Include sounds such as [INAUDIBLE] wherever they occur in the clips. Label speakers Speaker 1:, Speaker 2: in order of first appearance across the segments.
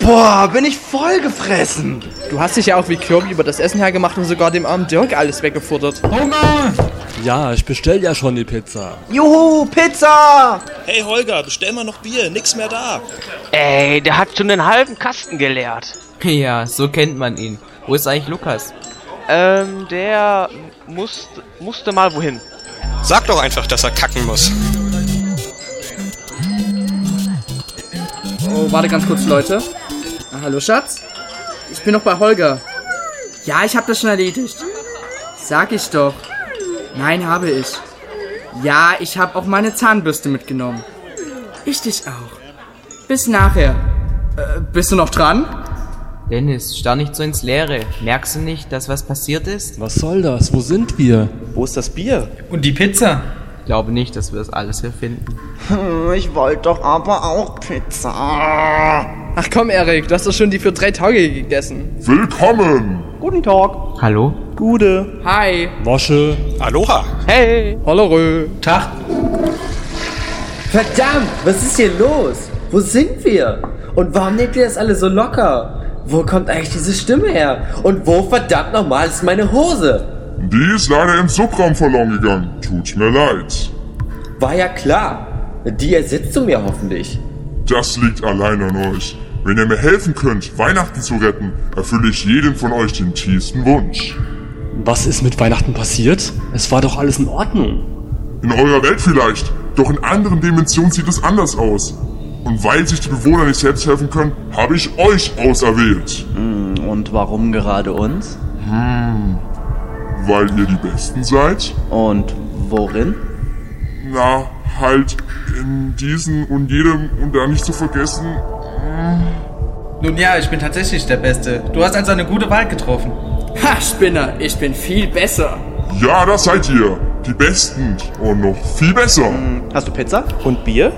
Speaker 1: Boah, bin ich voll gefressen.
Speaker 2: Du hast dich ja auch wie Kirby über das Essen hergemacht und sogar dem armen Dirk alles weggefuttert.
Speaker 3: Hunger! Ja, ich bestell ja schon die Pizza.
Speaker 1: Juhu, Pizza!
Speaker 4: Hey Holger, bestell mal noch Bier, nix mehr da.
Speaker 5: Ey, der hat schon den halben Kasten geleert.
Speaker 6: Ja, so kennt man ihn. Wo ist eigentlich Lukas?
Speaker 5: Ähm, der muss, musste mal wohin.
Speaker 7: Sag doch einfach, dass er kacken muss.
Speaker 8: Oh, warte ganz kurz, Leute. Ah, hallo, Schatz. Ich bin noch bei Holger. Ja, ich hab das schon erledigt. Sag ich doch. Nein, habe ich. Ja, ich hab auch meine Zahnbürste mitgenommen. Ich dich auch. Bis nachher. Äh, bist du noch dran?
Speaker 6: Dennis, starr nicht so ins Leere. Merkst du nicht, dass was passiert ist?
Speaker 3: Was soll das? Wo sind wir?
Speaker 1: Wo ist das Bier?
Speaker 9: Und die Pizza?
Speaker 6: Ich glaube nicht, dass wir das alles hier finden.
Speaker 1: Ich wollte doch aber auch Pizza.
Speaker 2: Ach komm, Erik, du hast doch schon die für drei Tage gegessen.
Speaker 10: Willkommen!
Speaker 1: Guten Tag.
Speaker 6: Hallo?
Speaker 1: Gute.
Speaker 8: Hi.
Speaker 3: Wasche.
Speaker 7: Aloha!
Speaker 5: Hey!
Speaker 2: Hollerö.
Speaker 9: Tag.
Speaker 11: Verdammt, was ist hier los? Wo sind wir? Und warum nehmt ihr das alle so locker? Wo kommt eigentlich diese Stimme her? Und wo verdammt nochmal ist meine Hose?
Speaker 10: Die ist leider im Subraum verloren gegangen. Tut mir leid.
Speaker 11: War ja klar. Die ersetzt du mir hoffentlich.
Speaker 10: Das liegt allein an euch. Wenn ihr mir helfen könnt, Weihnachten zu retten, erfülle ich jedem von euch den tiefsten Wunsch.
Speaker 3: Was ist mit Weihnachten passiert? Es war doch alles in Ordnung.
Speaker 10: In eurer Welt vielleicht, doch in anderen Dimensionen sieht es anders aus. Und weil sich die Bewohner nicht selbst helfen können, habe ich euch auserwählt.
Speaker 1: Und warum gerade uns?
Speaker 10: Weil ihr die Besten seid?
Speaker 1: Und worin?
Speaker 10: Na, halt in diesen und jedem und da nicht zu vergessen.
Speaker 9: Nun ja, ich bin tatsächlich der Beste. Du hast also eine gute Wahl getroffen.
Speaker 8: Ha, Spinner, ich bin viel besser.
Speaker 10: Ja, das seid ihr. Die Besten. Und noch viel besser.
Speaker 1: Hast du Pizza? Und Bier?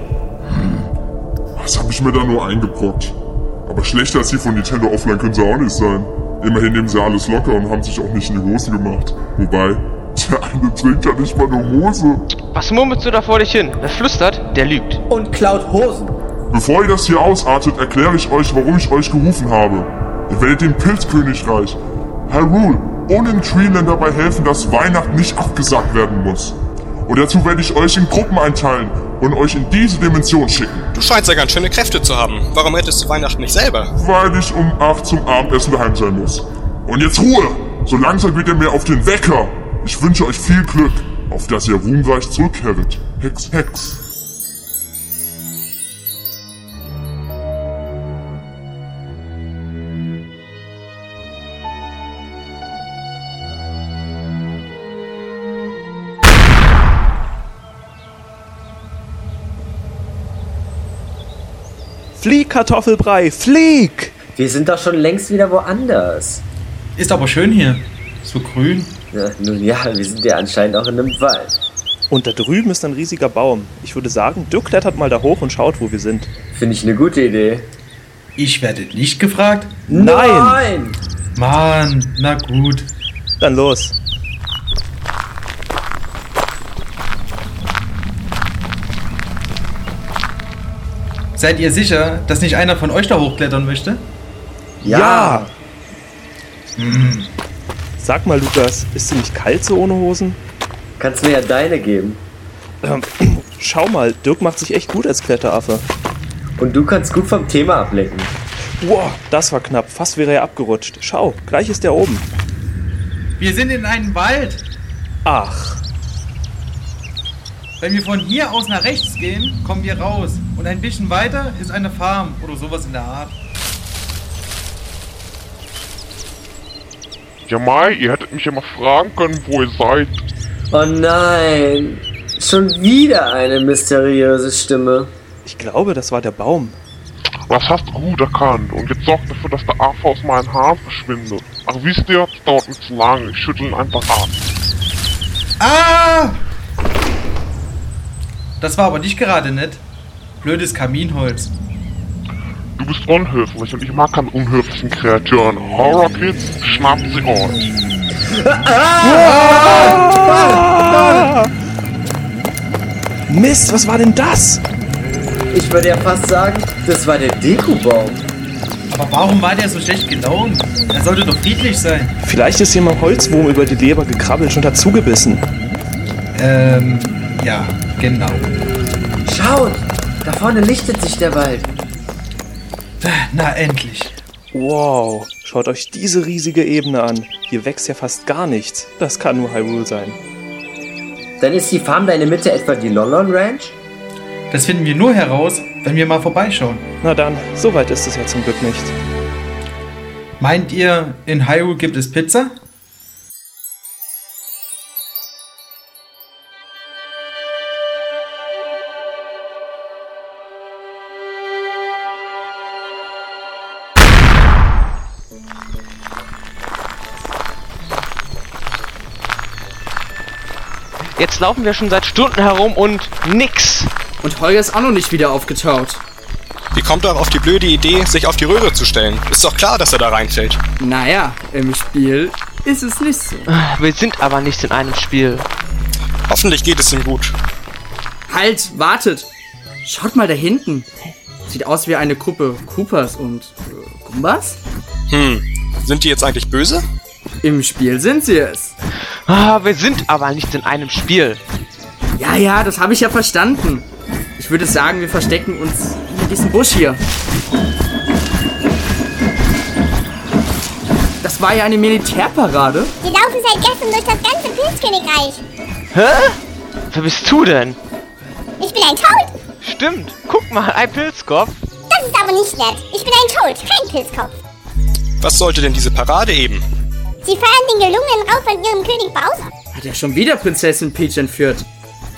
Speaker 10: Was habe ich mir da nur eingebrockt? Aber schlechter als die von Nintendo Offline können sie auch nicht sein. Immerhin nehmen sie alles locker und haben sich auch nicht in die Hosen gemacht. Wobei, [LAUGHS] der eine trinkt ja nicht mal eine Hose.
Speaker 5: Was murmelst du da vor dich hin? Wer flüstert, der lügt.
Speaker 11: Und klaut Hosen.
Speaker 10: Bevor ihr das hier ausartet, erkläre ich euch, warum ich euch gerufen habe. Ihr werdet dem Pilzkönigreich, Hyrule und den Treeland dabei helfen, dass Weihnachten nicht abgesagt werden muss. Und dazu werde ich euch in Gruppen einteilen und euch in diese Dimension schicken,
Speaker 7: Du scheinst ja ganz schöne Kräfte zu haben. Warum rettest du Weihnachten nicht selber?
Speaker 10: weil ich um 8 zum Abendessen daheim sein muss. Und jetzt Ruhe! So langsam geht ihr mir auf den Wecker. Ich wünsche euch viel Glück, auf dass ihr ruhmreich zurückkehrt. Hex, Hex.
Speaker 1: Flieg, Kartoffelbrei, flieg!
Speaker 11: Wir sind doch schon längst wieder woanders.
Speaker 9: Ist aber schön hier. So grün.
Speaker 11: Ja, nun ja, wir sind ja anscheinend auch in einem Wald.
Speaker 1: Und da drüben ist ein riesiger Baum. Ich würde sagen, Dirk klettert mal da hoch und schaut, wo wir sind.
Speaker 11: Finde ich eine gute Idee.
Speaker 9: Ich werde nicht gefragt?
Speaker 11: Nein!
Speaker 9: Mann, na gut.
Speaker 1: Dann los.
Speaker 9: Seid ihr sicher, dass nicht einer von euch da hochklettern möchte?
Speaker 11: Ja!
Speaker 1: Sag mal, Lukas, ist dir nicht kalt so ohne Hosen?
Speaker 11: Kannst mir ja deine geben.
Speaker 1: Schau mal, Dirk macht sich echt gut als Kletteraffe.
Speaker 11: Und du kannst gut vom Thema ablenken.
Speaker 1: Wow, das war knapp. Fast wäre er abgerutscht. Schau, gleich ist er oben.
Speaker 9: Wir sind in einem Wald.
Speaker 1: Ach,
Speaker 9: Wenn wir von hier aus nach rechts gehen, kommen wir raus. Und ein bisschen weiter ist eine Farm oder sowas in der Art.
Speaker 10: Ja, Mai, ihr hättet mich ja mal fragen können, wo ihr seid.
Speaker 11: Oh nein! Schon wieder eine mysteriöse Stimme.
Speaker 1: ich glaube, das war der Baum.
Speaker 10: Das hast du gut erkannt und jetzt sorgt dafür, dass der Affe aus meinen Haaren verschwindet. Ach, wisst ihr, das dauert nicht zu lange. Ich schüttel ihn einfach ab.
Speaker 9: Ah! Das war aber nicht gerade nett. Blödes Kaminholz.
Speaker 10: Du bist unhöflich und ich mag keine unhöflichen Kreaturen. Horror Kids, schnappt sie euch.
Speaker 1: Mist, was war denn das?
Speaker 11: Ich würde ja fast sagen, das war der Dekubaum.
Speaker 9: Aber warum war der so schlecht gelaunt? Er sollte doch friedlich sein.
Speaker 1: Vielleicht ist jemand Holzwurm über die Leber gekrabbelt und dazugebissen.
Speaker 9: Ähm, ja, genau.
Speaker 11: Schaut! Da vorne lichtet sich der Wald.
Speaker 9: Na endlich.
Speaker 1: Wow, schaut euch diese riesige Ebene an. Hier wächst ja fast gar nichts. Das kann nur Hyrule sein.
Speaker 11: Dann ist die Farm da in der Mitte etwa die Lolon Ranch?
Speaker 9: Das finden wir nur heraus, wenn wir mal vorbeischauen.
Speaker 1: Na dann, so weit ist es ja zum Glück nicht.
Speaker 9: Meint ihr, in Hyrule gibt es Pizza?
Speaker 5: Jetzt laufen wir schon seit Stunden herum und nix.
Speaker 8: Und Holger ist auch noch nicht wieder aufgetaucht.
Speaker 7: Wie kommt er auf die blöde Idee, sich auf die Röhre zu stellen? Ist doch klar, dass er da reinfällt.
Speaker 8: Naja, im Spiel ist es nicht so.
Speaker 5: Wir sind aber nicht in einem Spiel.
Speaker 7: Hoffentlich geht es ihm gut.
Speaker 8: Halt, wartet! Schaut mal da hinten. Sieht aus wie eine Gruppe Coopers und äh, Gumbas?
Speaker 7: Hm, sind die jetzt eigentlich böse?
Speaker 8: Im Spiel sind sie es.
Speaker 5: Ah, wir sind aber nicht in einem Spiel.
Speaker 8: Ja, ja, das habe ich ja verstanden. Ich würde sagen, wir verstecken uns in diesem Busch hier. Das war ja eine Militärparade.
Speaker 12: Die laufen seit gestern durch das ganze Pilzkönigreich.
Speaker 5: Hä? Wer bist du denn?
Speaker 12: Ich bin ein Toad.
Speaker 5: Stimmt. Guck mal, ein Pilzkopf.
Speaker 12: Das ist aber nicht nett. Ich bin ein Toad, kein Pilzkopf.
Speaker 7: Was sollte denn diese Parade eben?
Speaker 12: Sie feiern den gelungenen Raub von ihrem König Bowser.
Speaker 8: Hat er schon wieder Prinzessin Peach entführt?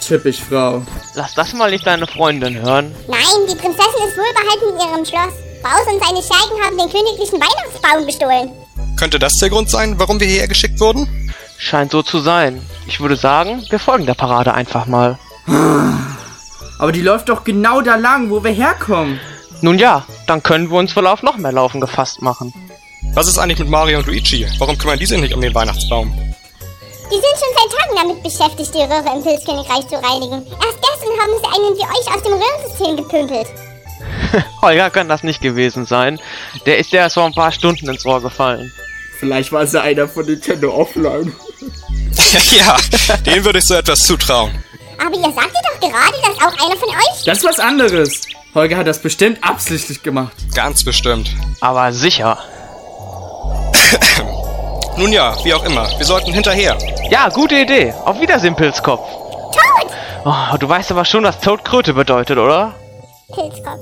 Speaker 8: Typisch Frau.
Speaker 5: Lass das mal nicht deine Freundin hören.
Speaker 12: Nein, die Prinzessin ist wohlbehalten in ihrem Schloss. Bowser und seine Schergen haben den königlichen Weihnachtsbaum gestohlen.
Speaker 7: Könnte das der Grund sein, warum wir hierher geschickt wurden?
Speaker 5: Scheint so zu sein. Ich würde sagen, wir folgen der Parade einfach mal.
Speaker 8: Aber die läuft doch genau da lang, wo wir herkommen.
Speaker 5: Nun ja, dann können wir uns wohl auf noch mehr Laufen gefasst machen.
Speaker 7: Was ist eigentlich mit Mario und Luigi? Warum kümmern die sich nicht um den Weihnachtsbaum? [LAUGHS]
Speaker 12: Die sind schon seit Tagen damit beschäftigt, die Röhre im Pilzkönigreich zu reinigen. Erst gestern haben sie einen wie euch aus dem Röhrensystem gepümpelt.
Speaker 5: Holger kann das nicht gewesen sein. Der ist ja erst vor ein paar Stunden ins Rohr gefallen.
Speaker 8: Vielleicht war es ja einer von Nintendo Offline.
Speaker 7: ja, denen würde ich so etwas zutrauen.
Speaker 12: Aber ihr sagtet doch gerade, dass auch einer von euch...
Speaker 8: Das ist was anderes. Holger hat das bestimmt absichtlich gemacht.
Speaker 7: Ganz bestimmt.
Speaker 5: Aber sicher.
Speaker 7: Nun ja, wie auch immer, wir sollten hinterher.
Speaker 5: Ja, gute Idee. Auf Wiedersehen, Pilzkopf.
Speaker 12: Toad!
Speaker 5: Oh, du weißt aber schon, was Todkröte bedeutet, oder?
Speaker 12: Pilzkopf.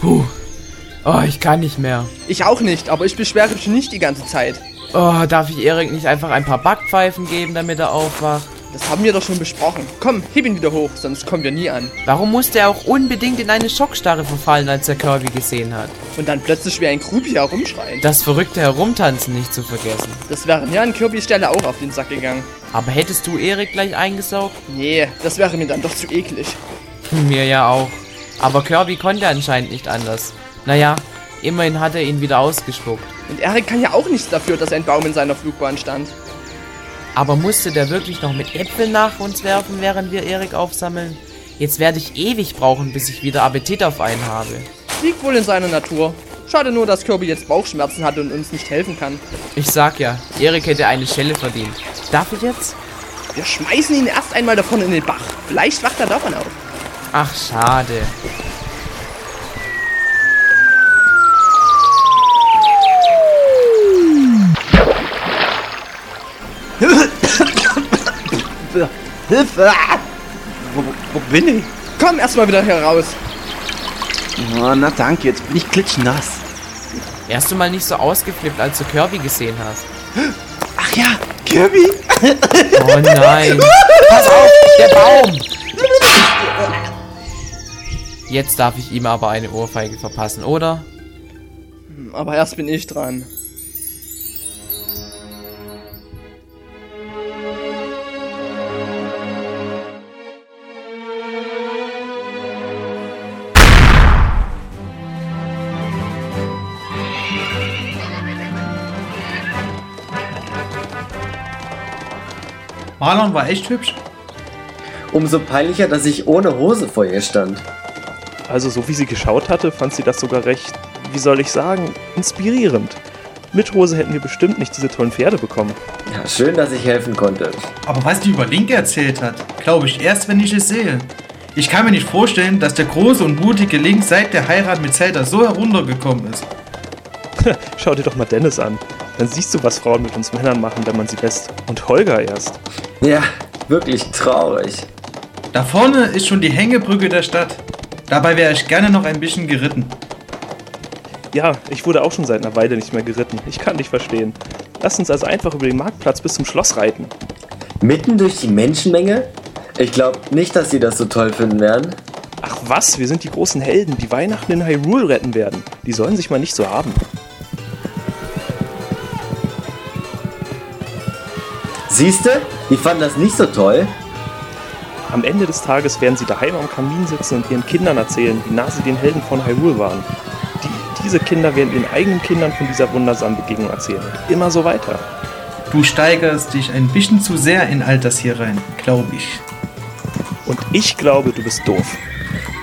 Speaker 6: Puh. Oh, ich kann nicht mehr.
Speaker 2: Ich auch nicht, aber ich beschwere mich nicht die ganze Zeit.
Speaker 6: Oh, darf ich Erik nicht einfach ein paar Backpfeifen geben, damit er aufwacht?
Speaker 2: Das haben wir doch schon besprochen. Komm, heb ihn wieder hoch, sonst kommen wir nie an.
Speaker 6: Warum musste er auch unbedingt in eine Schockstarre verfallen, als er Kirby gesehen hat?
Speaker 2: Und dann plötzlich wie ein Krubi herumschreien.
Speaker 6: Das verrückte Herumtanzen nicht zu vergessen.
Speaker 2: Das wäre mir an Kirbys Stelle auch auf den Sack gegangen.
Speaker 6: Aber hättest du Erik gleich eingesaugt? Hm,
Speaker 2: Nee, das wäre mir dann doch zu eklig.
Speaker 6: Mir ja auch. Aber Kirby konnte anscheinend nicht anders. Naja, immerhin hat er ihn wieder ausgespuckt.
Speaker 2: Und Eric kann ja auch nichts dafür, dass ein Baum in seiner Flugbahn stand.
Speaker 6: Aber musste der wirklich noch mit Äpfeln nach uns werfen, während wir Erik aufsammeln? Jetzt werde ich ewig brauchen, bis ich wieder Appetit auf einen habe.
Speaker 2: Liegt wohl in seiner Natur. Schade nur, dass Kirby jetzt Bauchschmerzen hat und uns nicht helfen kann.
Speaker 6: Ich sag ja, Erik hätte eine Schelle verdient. Darf ich jetzt?
Speaker 2: Wir schmeißen ihn erst einmal davon in den Bach. Vielleicht wacht er davon auf.
Speaker 6: Ach, schade.
Speaker 13: Hilfe! Ah! Wo, wo bin ich?
Speaker 2: Komm erstmal wieder heraus.
Speaker 13: Oh, na danke, jetzt bin ich klitschnass.
Speaker 6: Wärst du mal nicht so ausgeflippt, als du Kirby gesehen hast?
Speaker 13: Ach ja, Kirby!
Speaker 6: Oh nein! Pass auf, der Baum! Jetzt darf ich ihm aber eine Ohrfeige verpassen, oder?
Speaker 2: Aber erst bin ich dran.
Speaker 9: Marlon war echt hübsch.
Speaker 11: Umso peinlicher, dass ich ohne Hose vor ihr stand.
Speaker 1: Also so wie sie geschaut hatte, fand sie das sogar recht, wie soll ich sagen, inspirierend. Mit Hose hätten wir bestimmt nicht diese tollen Pferde bekommen.
Speaker 11: Ja, schön, dass ich helfen konnte.
Speaker 9: Aber was die über Link erzählt hat, glaube ich erst, wenn ich es sehe. Ich kann mir nicht vorstellen, dass der große und mutige Link seit der Heirat mit Zelda so heruntergekommen ist.
Speaker 1: Schau dir doch mal Dennis an. Dann siehst du, was Frauen mit uns Männern machen, wenn man sie lässt. Und Holger erst.
Speaker 11: Ja, wirklich traurig.
Speaker 9: Da vorne ist schon die Hängebrücke der Stadt. Dabei wäre ich gerne noch ein bisschen geritten.
Speaker 1: Ja, ich wurde auch schon seit einer Weile nicht mehr geritten. Ich kann dich verstehen. Lass uns also einfach über den Marktplatz bis zum Schloss reiten.
Speaker 11: Mitten durch die Menschenmenge? Ich glaube nicht, dass sie das so toll finden werden.
Speaker 1: Ach was, wir sind die großen Helden, die Weihnachten in Hyrule retten werden. Die sollen sich mal nicht so haben.
Speaker 11: Siehste, die fanden das nicht so toll.
Speaker 1: Am Ende des Tages werden sie daheim am Kamin sitzen und ihren Kindern erzählen, wie nah sie den Helden von Hyrule waren. Die, diese Kinder werden ihren eigenen Kindern von dieser wundersamen Begegnung erzählen. Und immer so weiter.
Speaker 9: Du steigerst dich ein bisschen zu sehr in all das hier rein, glaube ich.
Speaker 1: Und ich glaube, du bist doof.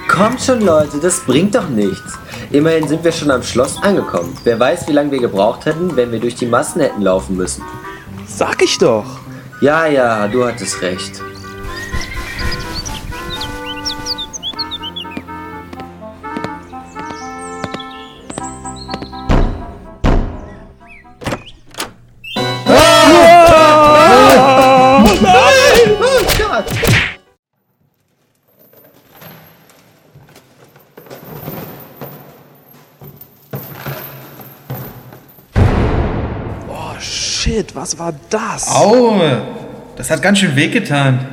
Speaker 11: Kommt schon, Leute, das bringt doch nichts. Immerhin sind wir schon am Schloss angekommen. Wer weiß, wie lange wir gebraucht hätten, wenn wir durch die Massen hätten laufen müssen.
Speaker 1: Sag ich doch.
Speaker 11: Ja, ja, du hattest recht. Oh
Speaker 1: Shit, was war das?
Speaker 9: Aue, das hat ganz schön wehgetan.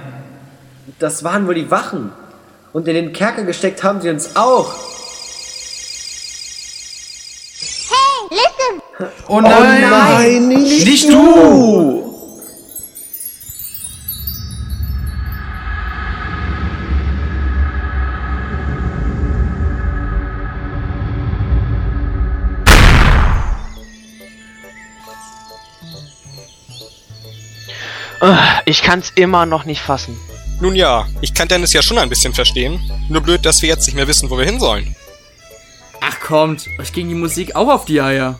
Speaker 11: Das waren wohl die Wachen. Und in den Kerker gesteckt haben sie uns auch.
Speaker 12: Hey, listen!
Speaker 9: Oh nein,
Speaker 11: nein,
Speaker 9: nicht, du!
Speaker 5: Ah, Ich kann's immer noch nicht fassen.
Speaker 7: Nun ja, ich kann Dennis ja schon ein bisschen verstehen. Nur blöd, dass wir jetzt nicht mehr wissen, wo wir hin sollen.
Speaker 8: Ach kommt, euch ging die Musik auch auf die Eier.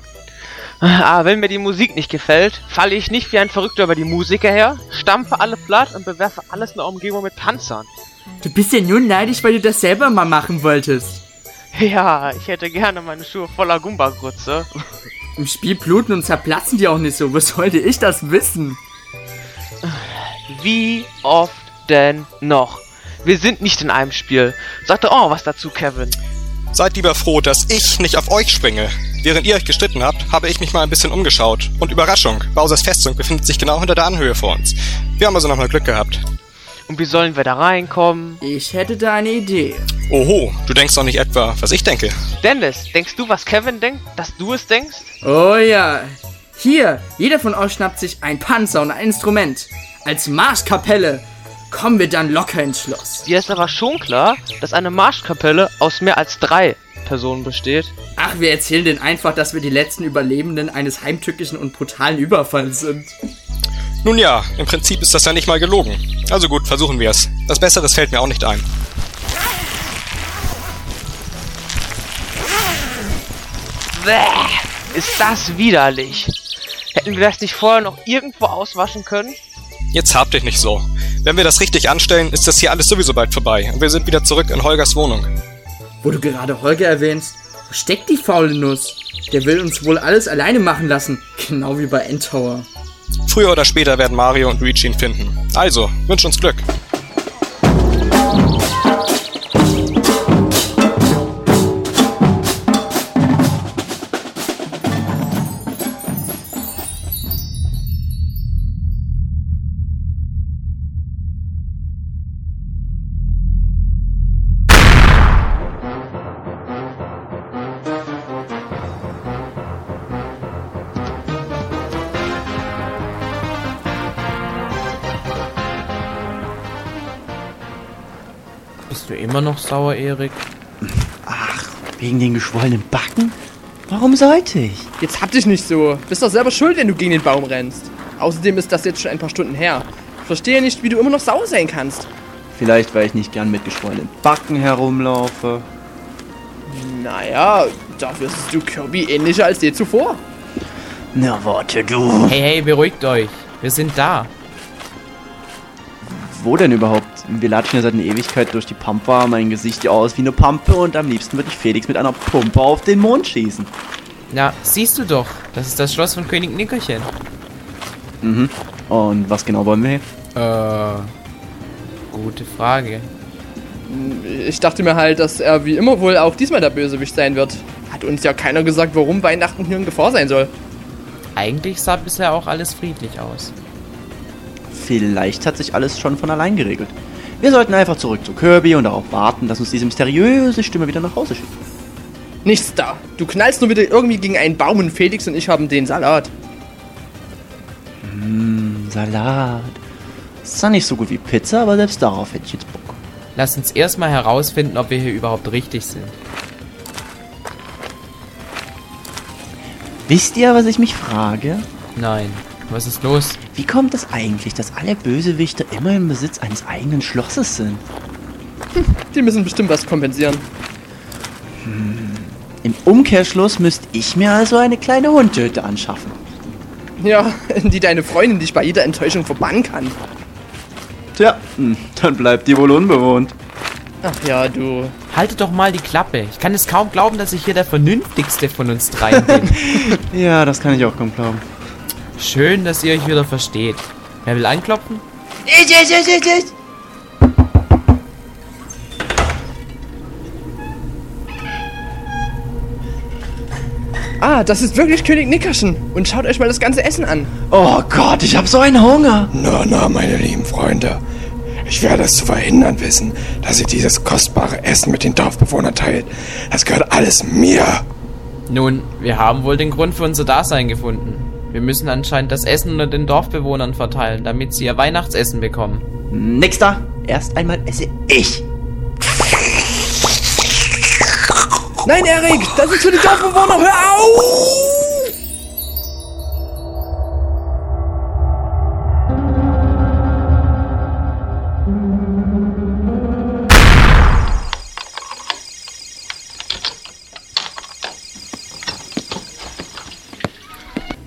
Speaker 5: Ah, wenn mir die Musik nicht gefällt, falle ich nicht wie ein Verrückter über die Musiker her, stampfe alle platt und bewerfe alles in der Umgebung mit Panzern. [LAUGHS]
Speaker 8: Du bist ja nur neidisch, weil du das selber mal machen wolltest.
Speaker 5: Ja, ich hätte gerne meine Schuhe voller Gumba-Grütze.
Speaker 8: Im Spiel bluten und zerplatzen die auch nicht so. Wo sollte ich das wissen?
Speaker 5: Wie oft denn noch? Wir sind nicht in einem Spiel. Sag doch auch was dazu, Kevin.
Speaker 7: Seid lieber froh, dass ich nicht auf euch springe. Während ihr euch gestritten habt, habe ich mich mal ein bisschen umgeschaut. Und Überraschung, Bowsers Festung befindet sich genau hinter der Anhöhe vor uns. Wir haben also nochmal Glück gehabt.
Speaker 5: Und wie sollen wir da reinkommen?
Speaker 8: Ich hätte da eine Idee.
Speaker 7: Oho, du denkst doch nicht etwa, was ich denke.
Speaker 5: Dennis, denkst du, was Kevin denkt, dass du es denkst?
Speaker 8: Oh ja. Hier, jeder von euch schnappt sich ein Panzer und ein Instrument. Als Marschkapelle kommen wir dann locker ins Schloss.
Speaker 5: Dir ist aber schon klar, dass eine Marschkapelle aus mehr als drei Personen besteht.
Speaker 8: Ach, wir erzählen denen einfach, dass wir die letzten Überlebenden eines heimtückischen und brutalen Überfalls sind.
Speaker 7: Nun ja, im Prinzip ist das ja nicht mal gelogen. Also gut, versuchen wir es. Was Besseres fällt mir auch nicht ein.
Speaker 5: Bäh, ist das widerlich. Hätten wir das nicht vorher noch irgendwo auswaschen können?
Speaker 7: Jetzt hab dich nicht so. Wenn wir das richtig anstellen, ist das hier alles sowieso bald vorbei und wir sind wieder zurück in Holgers Wohnung.
Speaker 8: Wo du gerade Holger erwähnst, wo steckt die faule Nuss? Der will uns wohl alles alleine machen lassen, genau wie bei Endtower.
Speaker 7: Früher oder später werden Mario und Luigi ihn finden. Also, wünsch uns Glück.
Speaker 6: Bist du immer noch sauer, Erik?
Speaker 13: Wegen den geschwollenen Backen? Warum sollte ich?
Speaker 2: Jetzt hab dich nicht so. Bist doch selber schuld, wenn du gegen den Baum rennst. Außerdem ist das jetzt schon ein paar Stunden her. Verstehe nicht, wie du immer noch sauer sein kannst.
Speaker 13: Vielleicht, weil ich nicht gern mit geschwollenen Backen herumlaufe.
Speaker 2: Naja, dafür bist du Kirby ähnlicher als je zuvor.
Speaker 13: Na, warte du.
Speaker 6: Hey, hey, beruhigt euch. Wir sind da.
Speaker 13: Wo denn überhaupt? Wir latschen ja seit einer Ewigkeit durch die Pampa. Mein Gesicht sieht aus wie eine Pampe und am liebsten würde ich Felix mit einer Pumpe auf den Mond schießen.
Speaker 6: Na, siehst du doch. Das ist das Schloss von König Nickerchen.
Speaker 13: Mhm. Und was genau wollen wir hier?
Speaker 6: Äh, gute Frage.
Speaker 2: Ich dachte mir halt, dass er wie immer wohl auch diesmal der Bösewicht sein wird. Hat uns ja keiner gesagt, warum Weihnachten hier in Gefahr sein soll.
Speaker 6: Eigentlich sah bisher auch alles friedlich aus.
Speaker 13: Vielleicht hat sich alles schon von allein geregelt. Wir sollten einfach zurück zu Kirby und darauf warten, dass uns diese mysteriöse Stimme wieder nach Hause schickt.
Speaker 2: Nichts da. Du knallst nur wieder irgendwie gegen einen Baum und Felix und ich haben den Salat.
Speaker 13: Mmm, Salat. Ist zwar nicht so gut wie Pizza, aber selbst darauf hätte ich jetzt Bock.
Speaker 6: Lass uns erstmal herausfinden, ob wir hier überhaupt richtig sind.
Speaker 13: Wisst ihr, was ich mich frage?
Speaker 6: Nein. Was ist los?
Speaker 13: Wie kommt es eigentlich, dass alle Bösewichte immer im Besitz eines eigenen Schlosses sind?
Speaker 2: Die müssen bestimmt was kompensieren.
Speaker 13: Hm. Im Umkehrschluss müsste ich mir also eine kleine Hundtöte anschaffen.
Speaker 2: Ja, [LAUGHS] in die deine Freundin dich bei jeder Enttäuschung verbannen kann.
Speaker 13: Tja, hm, dann bleibt die wohl unbewohnt.
Speaker 2: Ach ja, du.
Speaker 6: Haltet doch mal die Klappe. Ich kann es kaum glauben, dass ich hier der vernünftigste von uns dreien bin.
Speaker 13: Ja, das kann ich auch kaum glauben.
Speaker 6: Schön, dass ihr euch wieder versteht. Wer will anklopfen?
Speaker 11: Ich, ich, ich, ich, ich.
Speaker 2: Ah, das ist wirklich König Nickerchen. Und schaut euch mal das ganze Essen an.
Speaker 13: Oh Gott, ich habe so einen Hunger.
Speaker 14: Na, na, meine lieben Freunde. Ich werde es zu verhindern wissen, dass ihr dieses kostbare Essen mit den Dorfbewohnern teilt. Das gehört alles mir.
Speaker 6: Nun, wir haben wohl den Grund für unser Dasein gefunden. Wir müssen anscheinend das Essen unter den Dorfbewohnern verteilen, damit sie ihr Weihnachtsessen bekommen.
Speaker 13: Nix da. Erst einmal esse ich.
Speaker 2: Nein, Erik, das ist für die Dorfbewohner. Hör auf!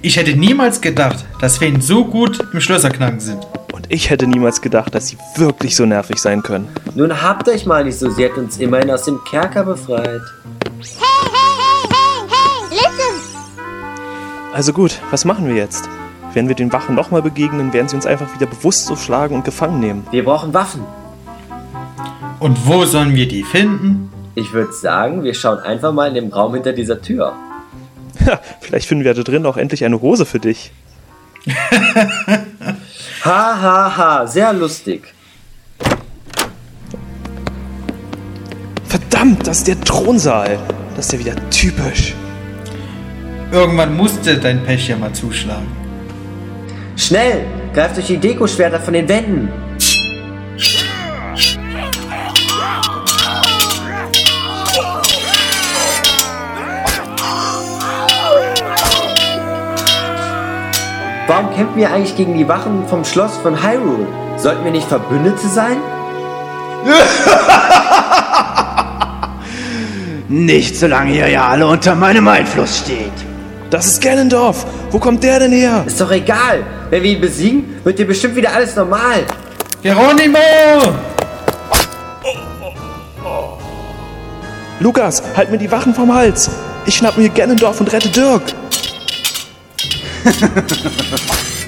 Speaker 9: Ich hätte niemals gedacht, dass Feen so gut im Schlösserknacken sind.
Speaker 1: Und ich hätte niemals gedacht, dass sie wirklich so nervig sein können.
Speaker 11: Nun habt euch mal nicht so, sie hat uns immerhin aus dem Kerker befreit.
Speaker 1: Also gut, was machen wir jetzt? Wenn wir den Wachen nochmal begegnen, werden sie uns einfach wieder bewusstlos schlagen und gefangen nehmen. [LAUGHS]
Speaker 11: Wir brauchen Waffen.
Speaker 9: Und wo sollen wir die finden?
Speaker 11: Ich würde sagen, wir schauen einfach mal in dem Raum hinter dieser Tür.
Speaker 1: Ha, vielleicht finden wir da drin auch endlich eine Hose für dich.
Speaker 11: Ha, ha, ha, sehr lustig.
Speaker 1: Verdammt, das ist der Thronsaal. Das ist ja wieder typisch.
Speaker 9: Irgendwann musste dein Pech ja mal zuschlagen.
Speaker 11: Schnell, greift euch die Dekoschwerter von den Wänden. Warum kämpfen wir eigentlich gegen die Wachen vom Schloss von Hyrule? Sollten wir nicht Verbündete sein?
Speaker 13: Nicht solange ihr ja alle unter meinem Einfluss steht.
Speaker 1: Das ist Ganondorf. Wo kommt der denn her?
Speaker 11: Ist doch egal. Wenn wir ihn besiegen, wird dir bestimmt wieder alles normal.
Speaker 9: Geronimo!
Speaker 1: Lukas, halt mir die Wachen vom Hals. Ich schnapp mir Ganondorf und rette Dirk.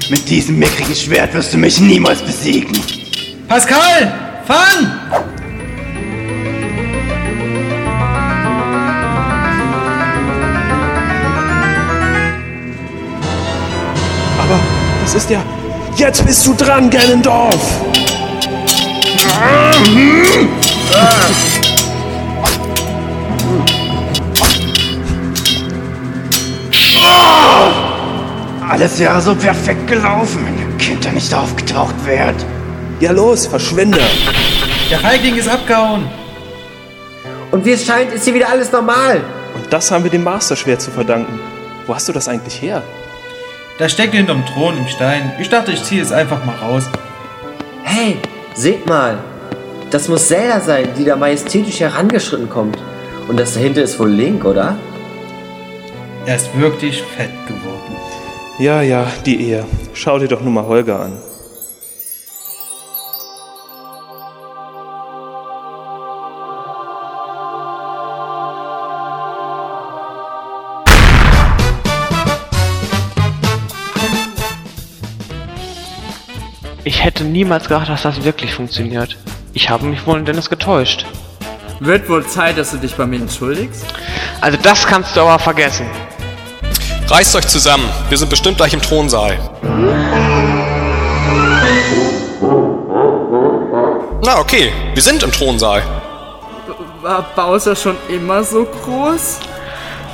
Speaker 13: Mit diesem mickrigen Schwert wirst du mich niemals besiegen.
Speaker 9: Pascal, fang!
Speaker 1: Aber das ist ja... Jetzt bist du dran, Ganondorf!
Speaker 13: Alles wäre so perfekt gelaufen, wenn der Kinder nicht aufgetaucht wärt.
Speaker 1: Ja los, verschwinde.
Speaker 9: Der Feigling ist abgehauen.
Speaker 11: Und wie es scheint, ist hier wieder alles normal.
Speaker 1: Und das haben wir dem Masterschwert zu verdanken. Wo hast du das eigentlich her?
Speaker 9: Das steckt hinterm Thron im Stein. Ich dachte, ich ziehe es einfach mal raus.
Speaker 11: Hey, seht mal. Das muss Zelda sein, die da majestätisch herangeschritten kommt. Und das dahinter ist wohl Link, oder?
Speaker 9: Er ist wirklich fett geworden.
Speaker 1: Ja, ja, die Ehe. Schau dir doch nur mal Holger an.
Speaker 5: Ich hätte niemals gedacht, dass das wirklich funktioniert. Ich habe mich wohl in Dennis getäuscht.
Speaker 2: Wird wohl Zeit, dass du dich bei mir entschuldigst?
Speaker 5: Also das kannst du aber vergessen.
Speaker 7: Reißt euch zusammen, wir sind bestimmt gleich im Thronsaal. Na okay, wir sind im Thronsaal.
Speaker 2: War Bowser schon immer so groß?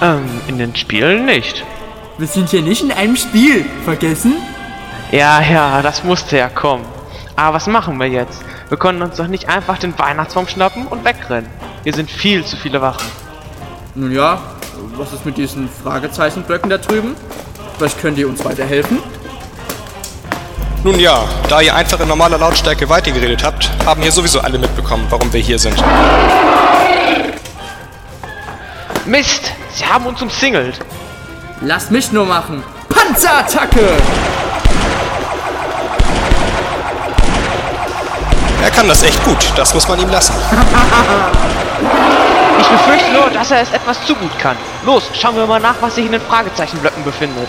Speaker 5: Ähm, in den Spielen nicht.
Speaker 8: Wir sind hier nicht in einem Spiel, vergessen?
Speaker 5: Ja, ja, das musste ja kommen. Aber was machen wir jetzt? Wir können uns doch nicht einfach den Weihnachtsbaum schnappen und wegrennen. Hier sind viel zu viele Wachen.
Speaker 2: Nun ja, was ist mit diesen Fragezeichenblöcken da drüben? Vielleicht können die uns weiterhelfen?
Speaker 7: Nun ja, da ihr einfach in normaler Lautstärke weitergeredet habt, haben hier sowieso alle mitbekommen, warum wir hier sind.
Speaker 5: Mist, sie haben uns umsingelt.
Speaker 2: Lasst mich nur machen. Panzerattacke!
Speaker 7: Er kann das echt gut, das muss man ihm lassen.
Speaker 5: Ich befürchte nur, dass er es etwas zu gut kann. Los, schauen wir mal nach, was sich in den Fragezeichenblöcken befindet.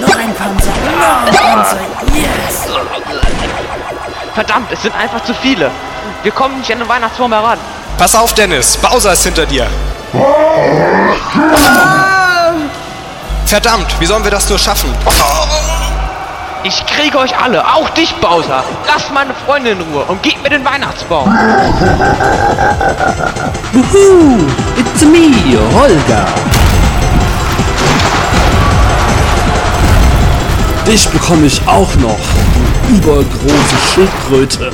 Speaker 6: Noch ein Panzer, noch ein Panzer, yes!
Speaker 5: Verdammt, es sind einfach zu viele. Wir kommen nicht an den Weihnachtsbaum heran.
Speaker 7: Pass auf, Dennis, Bowser ist hinter dir. Verdammt, wie sollen wir das nur schaffen?
Speaker 5: Ich kriege euch alle, auch dich, Bowser. Lasst meine Freundin in Ruhe und gebt mir den Weihnachtsbaum.
Speaker 15: Wuhu, it's me, Holger.
Speaker 3: Dich bekomme ich auch noch, du übergroße Schildkröte.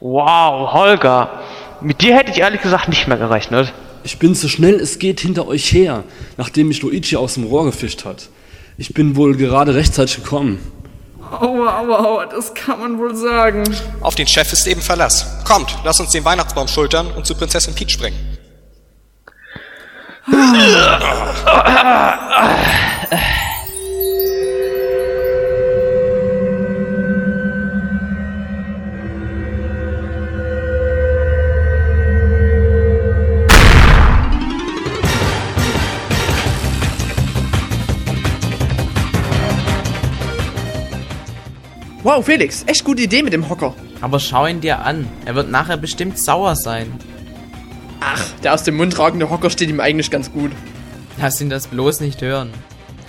Speaker 5: Wow, Holger. Mit dir hätte ich ehrlich gesagt nicht mehr gerechnet.
Speaker 3: Ich bin so schnell es geht hinter euch her, nachdem mich Luigi aus dem Rohr gefischt hat. Ich bin wohl gerade rechtzeitig gekommen.
Speaker 2: Aua, aua, aua, das kann man wohl sagen.
Speaker 7: Auf den Chef ist eben Verlass. Kommt, lass uns den Weihnachtsbaum schultern und zu Prinzessin Peach springen.
Speaker 2: Wow, Felix, echt gute Idee mit dem Hocker.
Speaker 6: Aber schau ihn dir an. Er wird nachher bestimmt sauer sein.
Speaker 2: Ach, der aus dem Mund ragende Hocker steht ihm eigentlich ganz gut.
Speaker 6: Lass ihn das bloß nicht hören.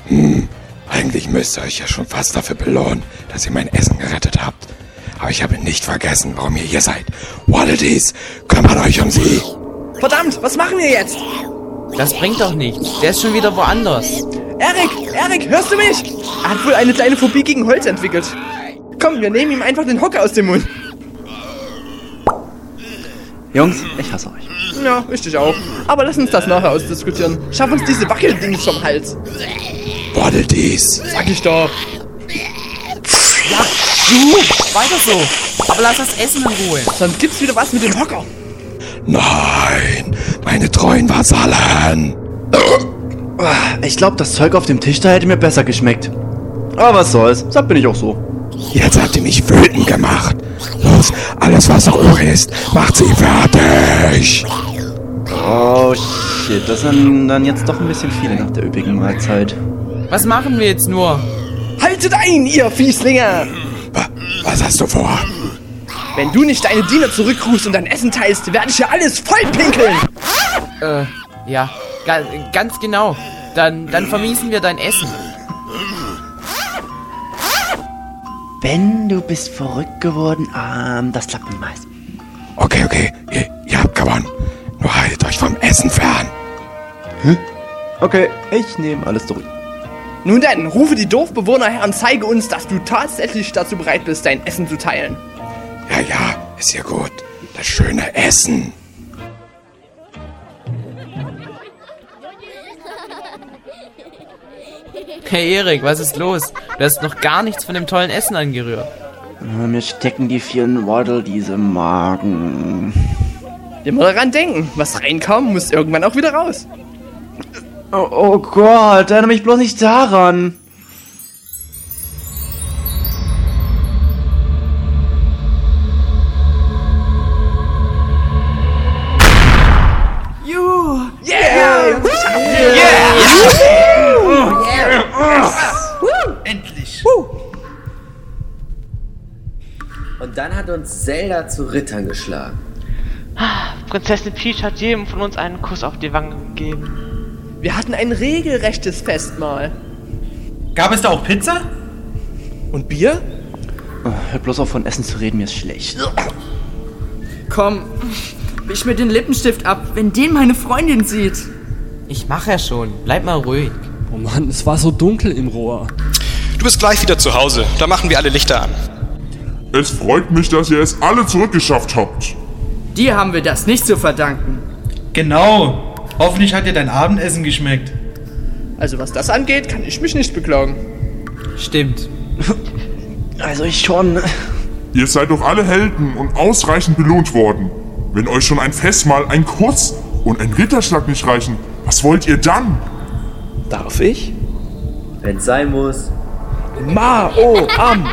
Speaker 14: Hm, eigentlich müsst ihr euch ja schon fast dafür belohnen, dass ihr mein Essen gerettet habt. Aber ich habe nicht vergessen, warum ihr hier seid. Wallabies, kümmert euch um sie.
Speaker 2: Verdammt, was machen wir jetzt?
Speaker 6: Das bringt doch nichts. Der ist schon wieder woanders.
Speaker 2: Erik, Erik, hörst du mich? Er hat wohl eine kleine Phobie gegen Holz entwickelt. Komm, wir nehmen ihm einfach den Hocker aus dem Mund.
Speaker 13: Jungs, ich hasse euch.
Speaker 2: Ja, richtig auch. Aber lass uns das nachher ausdiskutieren. Schaff uns diese Wackeldings vom Hals.
Speaker 14: Wallabies.
Speaker 2: Sag ich doch.
Speaker 6: Ja, du, weiter so. Aber lass das Essen in Ruhe.
Speaker 2: Sonst gibt's wieder was mit dem Hocker.
Speaker 14: Nein, meine treuen Vasallen.
Speaker 13: Ich glaube, das Zeug auf dem Tisch da hätte mir besser geschmeckt. Aber was soll's, satt bin ich auch so.
Speaker 14: Jetzt habt ihr mich wütend gemacht. Los, alles was noch übrig ist, macht sie fertig.
Speaker 13: Oh shit, das sind dann jetzt doch ein bisschen viele nach der üppigen Mahlzeit.
Speaker 6: Was machen wir jetzt nur?
Speaker 2: Haltet ein, ihr Fieslinge!
Speaker 14: Was hast du vor?
Speaker 2: Wenn du nicht deine Diener zurückrufst und dein Essen teilst, werde ich hier alles vollpinkeln!
Speaker 6: Äh, ja, ga, ganz genau. Dann, dann vermiesen wir dein Essen.
Speaker 11: Ben, du bist verrückt geworden. Ähm, das klappt niemals.
Speaker 14: Okay, okay, ihr, ihr habt gewonnen. Nur haltet euch vom Essen fern.
Speaker 13: Okay, ich nehme alles zurück.
Speaker 2: Nun denn, rufe die Dorfbewohner her und zeige uns, dass du tatsächlich dazu bereit bist, dein Essen zu teilen.
Speaker 14: Ja, ja, ist ja gut. Das schöne Essen.
Speaker 6: Hey Erik, was ist los? Du hast noch gar nichts von dem tollen Essen angerührt.
Speaker 13: Ah, Mir stecken die vielen Waddle-Dies im Magen.
Speaker 2: Immer daran denken, was reinkam, muss irgendwann auch wieder raus.
Speaker 13: Oh, oh Gott, erinnere mich bloß nicht daran.
Speaker 15: Juhu!
Speaker 2: Yeah!
Speaker 15: Yeah!
Speaker 9: Yeah!
Speaker 11: Endlich. Und dann hat uns Zelda zu Rittern geschlagen.
Speaker 5: Prinzessin Peach hat jedem von uns einen Kuss auf die Wange gegeben.
Speaker 2: Wir hatten ein regelrechtes Festmahl.
Speaker 9: Gab es da auch Pizza?
Speaker 2: Und Bier?
Speaker 13: Oh, hör bloß auf von Essen zu reden, mir ist schlecht.
Speaker 8: Komm, ich mir den Lippenstift ab, wenn den meine Freundin sieht.
Speaker 6: Ich mach ja schon. Bleib mal ruhig.
Speaker 3: Oh Mann, es war so dunkel im Rohr.
Speaker 7: Du bist gleich wieder zu Hause. Da machen wir alle Lichter an.
Speaker 10: Es freut mich, dass ihr es alle zurückgeschafft habt.
Speaker 8: Dir haben wir das nicht zu verdanken.
Speaker 9: Genau. Hoffentlich hat dir dein Abendessen geschmeckt.
Speaker 2: Also was das angeht, kann ich mich nicht beklagen.
Speaker 9: Stimmt.
Speaker 13: Also ich schon.
Speaker 10: Ihr seid doch alle Helden und ausreichend belohnt worden. Wenn euch schon ein Festmahl, ein Kuss und ein Ritterschlag nicht reichen, was wollt ihr dann?
Speaker 1: Darf ich?
Speaker 11: Wenn's sein muss.
Speaker 1: Ma, oh, am.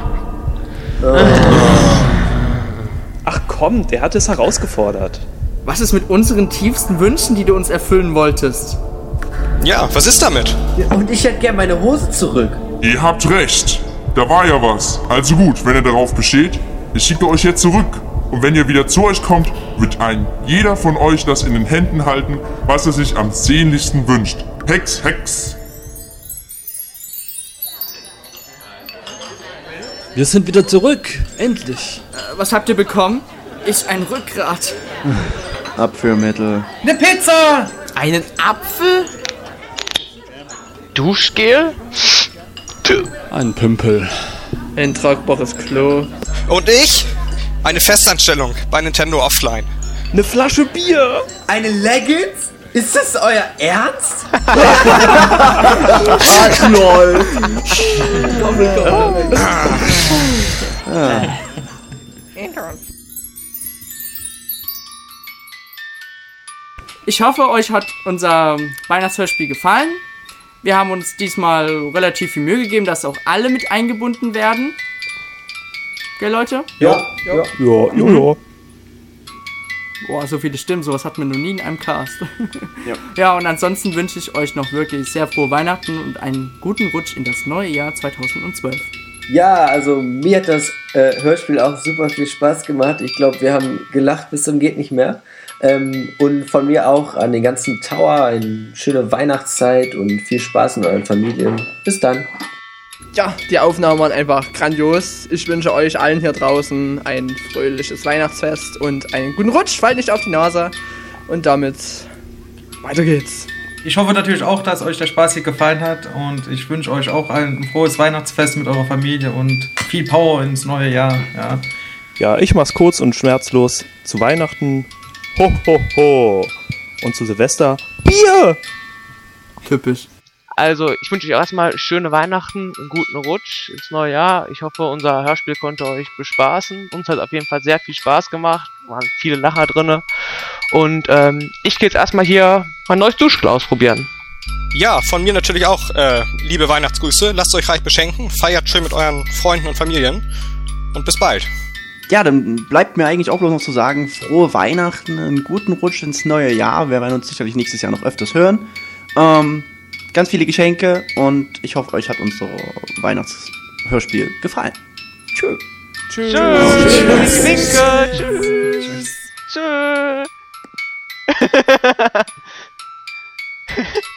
Speaker 1: Ach komm, der hat es herausgefordert.
Speaker 8: Was ist mit unseren tiefsten Wünschen, die du uns erfüllen wolltest?
Speaker 7: Ja, was ist damit?
Speaker 11: Und ich hätte gern meine Hose zurück.
Speaker 10: Ihr habt recht. Da war ja was. Also gut, wenn ihr darauf besteht, ich schicke euch jetzt zurück. Und wenn ihr wieder zu euch kommt, wird ein jeder von euch das in den Händen halten, was er sich am sehnlichsten wünscht. Hex, Hex.
Speaker 3: Wir sind wieder zurück. Endlich.
Speaker 8: Äh, Was habt ihr bekommen? Ich ein Rückgrat.
Speaker 13: Abführmittel.
Speaker 8: Eine Pizza!
Speaker 6: Einen Apfel?
Speaker 5: Duschgel?
Speaker 3: Ein Pümpel.
Speaker 2: Ein tragbares Klo.
Speaker 7: Und ich? Eine Festanstellung bei Nintendo Offline.
Speaker 2: Eine Flasche Bier!
Speaker 11: Eine Leggings? Ist das euer Ernst?
Speaker 13: Knoll.
Speaker 8: Ich hoffe, euch hat unser Weihnachtshörspiel gefallen. Wir haben uns diesmal relativ viel Mühe gegeben, dass auch alle mit eingebunden werden. Gell, Leute?
Speaker 1: Ja, ja, ja, ja.
Speaker 8: Boah, so viele Stimmen, sowas hatten wir noch nie in einem Cast.
Speaker 13: Ja.
Speaker 8: [LAUGHS] ja, und ansonsten wünsche ich euch noch wirklich sehr frohe Weihnachten und einen guten Rutsch in das neue Jahr 2012.
Speaker 11: Ja, also mir hat das äh, Hörspiel auch super viel Spaß gemacht. Ich glaube, wir haben gelacht bis zum geht nicht mehr. Ähm, und von mir auch an den ganzen Tower eine schöne Weihnachtszeit und viel Spaß mit euren Familien. Bis dann.
Speaker 2: Ja, die Aufnahmen waren einfach grandios. Ich wünsche euch allen hier draußen ein fröhliches Weihnachtsfest und einen guten Rutsch. Fallt nicht auf die Nase. Und damit weiter geht's.
Speaker 9: Ich hoffe natürlich auch, dass euch der Spaß hier gefallen hat und ich wünsche euch auch allen ein frohes Weihnachtsfest mit eurer Familie und viel Power ins neue Jahr. Ja.
Speaker 1: Ja, ich mach's kurz und schmerzlos. Zu Weihnachten. Ho, ho, ho. Und zu Silvester. Bier!
Speaker 8: Typisch.
Speaker 5: Also, ich wünsche euch erstmal schöne Weihnachten, einen guten Rutsch ins neue Jahr. Ich hoffe, unser Hörspiel konnte euch bespaßen. Uns hat auf jeden Fall sehr viel Spaß gemacht. Waren viele Lacher drinne. Und ähm, ich gehe jetzt erstmal hier mein neues Duschgel ausprobieren.
Speaker 7: Ja, von mir natürlich auch äh, liebe Weihnachtsgrüße. Lasst euch reich beschenken. Feiert schön mit euren Freunden und Familien. Und bis bald.
Speaker 13: Ja, dann bleibt mir eigentlich auch bloß noch zu sagen, frohe Weihnachten, einen guten Rutsch ins neue Jahr. Wir werden uns sicherlich nächstes Jahr noch öfters hören. Ähm, ganz viele Geschenke und ich hoffe, euch hat unser Weihnachtshörspiel gefallen. Tschö.
Speaker 5: Tschüss. Tschüss. Winke. Tschüss. Tschüss.